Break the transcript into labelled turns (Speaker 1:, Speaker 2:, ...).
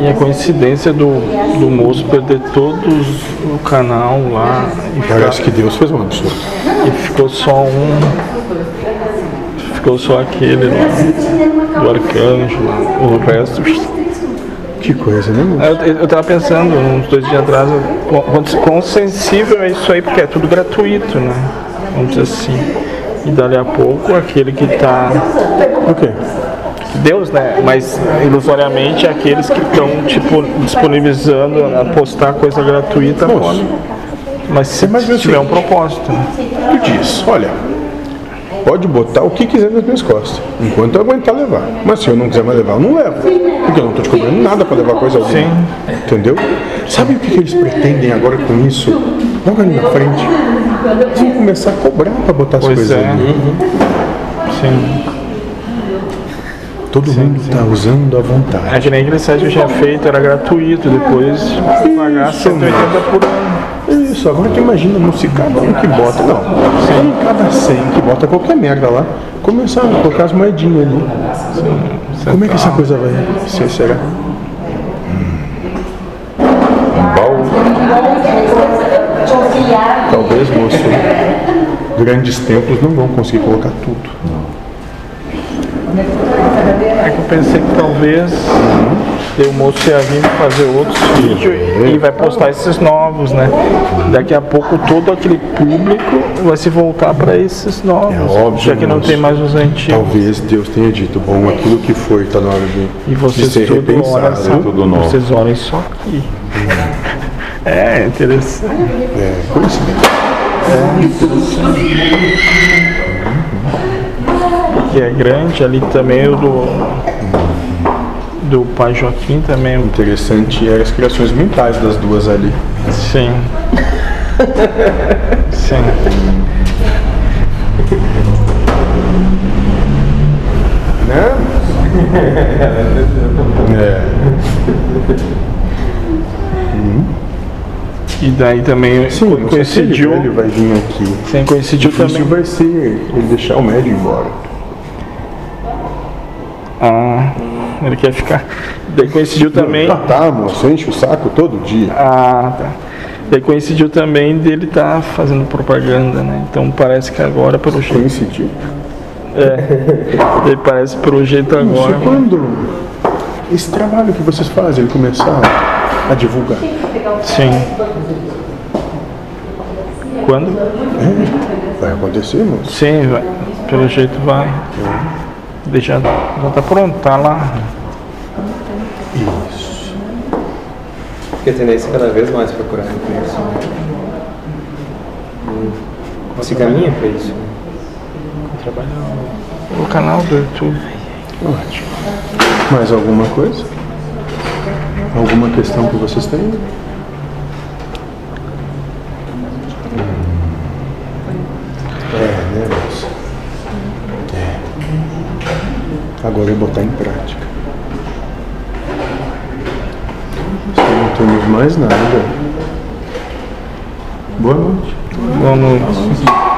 Speaker 1: E a coincidência do, do moço perder todo o canal lá e
Speaker 2: Eu
Speaker 1: ficar,
Speaker 2: acho que Deus fez um absurdo.
Speaker 1: e ficou só um. Ficou só aquele lá, do arcanjo, o resto.
Speaker 2: Que coisa, né?
Speaker 1: Eu, eu tava pensando uns dois dias atrás, eu- quão- quão- quão sensível é isso aí, porque é tudo gratuito, né? Vamos dizer assim. E dali a pouco aquele que tá
Speaker 2: O quê?
Speaker 1: Deus, né? Mas ilusoriamente é aqueles que estão tipo disponibilizando a postar coisa gratuita,
Speaker 2: Moço.
Speaker 1: podem. mas se
Speaker 2: Mas é o
Speaker 1: tiver um
Speaker 2: seguinte.
Speaker 1: propósito, né?
Speaker 2: Tu diz, olha, pode botar o que quiser nas minhas costas, enquanto eu aguentar levar. Mas se eu não quiser mais levar, eu não levo. Porque eu não tô te cobrando nada para levar coisa alguma.
Speaker 1: Sim.
Speaker 2: Entendeu? Sabe o que, que eles pretendem agora com isso? Logo ali na frente. Eles vão começar a cobrar para botar as
Speaker 1: Pois
Speaker 2: coisas
Speaker 1: é.
Speaker 2: ali.
Speaker 1: sim.
Speaker 2: Todo mundo está usando à vontade.
Speaker 1: A É que nem a igreja sete eu tinha feito, era gratuito, depois pagar
Speaker 2: Isso,
Speaker 1: 180 por ano.
Speaker 2: Isso, agora tu imagina, não se cada um que bota, não. Sim. Cada 100 que bota qualquer merda lá, começar a colocar as moedinhas ali. Como é que essa coisa vai ser, será? Hum. Um Bom, talvez, moço, grandes templos não vão conseguir colocar tudo.
Speaker 1: É que eu pensei que talvez eu moço ia vir fazer outros vídeos e vai postar esses novos, né? Daqui a pouco todo aquele público vai se voltar para esses novos.
Speaker 2: É óbvio,
Speaker 1: Já que não
Speaker 2: moço.
Speaker 1: tem mais os antigos.
Speaker 2: Talvez Deus tenha dito, bom, aquilo que foi está na hora de,
Speaker 1: E vocês
Speaker 2: de ser
Speaker 1: tudo olham
Speaker 2: repensado.
Speaker 1: só,
Speaker 2: tudo novo. Hum.
Speaker 1: vocês olhem só aqui. É interessante.
Speaker 2: É, coincidência.
Speaker 1: Que é grande ali também o do do pai Joaquim também. o-
Speaker 2: Interessante eram as criações mentais das duas ali.
Speaker 1: Sim. Sim.
Speaker 2: Né? É.
Speaker 1: E daí também co-
Speaker 2: não sei se
Speaker 1: coincidiu.
Speaker 2: Ele vai vir aqui.
Speaker 1: Sim, coincidiu também.
Speaker 2: Isso vai ser ele deixar o médio embora.
Speaker 1: Ah, ele quer ficar. Daí coincidiu também.
Speaker 2: Ah, tá, moço, enche o saco todo dia.
Speaker 1: Ah, tá. Daí coincidiu também dele estar fazendo propaganda, né? Então parece que agora, pelo jeito.
Speaker 2: Coincidiu.
Speaker 1: Ele parece pelo jeito
Speaker 2: Isso
Speaker 1: agora.
Speaker 2: quando esse trabalho que vocês fazem, ele começar a divulgar.
Speaker 1: Sim. Quando?
Speaker 2: Vai acontecer, moço?
Speaker 1: Sim, vai. Pelo jeito vai. Ele já, já tá pronto, tá lá.
Speaker 3: Porque a tendência é cada vez mais procurar recurso. né? E Se caminha para isso. né?
Speaker 1: O canal do YouTube.
Speaker 2: Ótimo. Mais alguma coisa? Alguma questão que vocês têm? É, né, moça? É. Agora é botar em prática. Se não temos mais nada. Boa noite.
Speaker 1: Boa noite.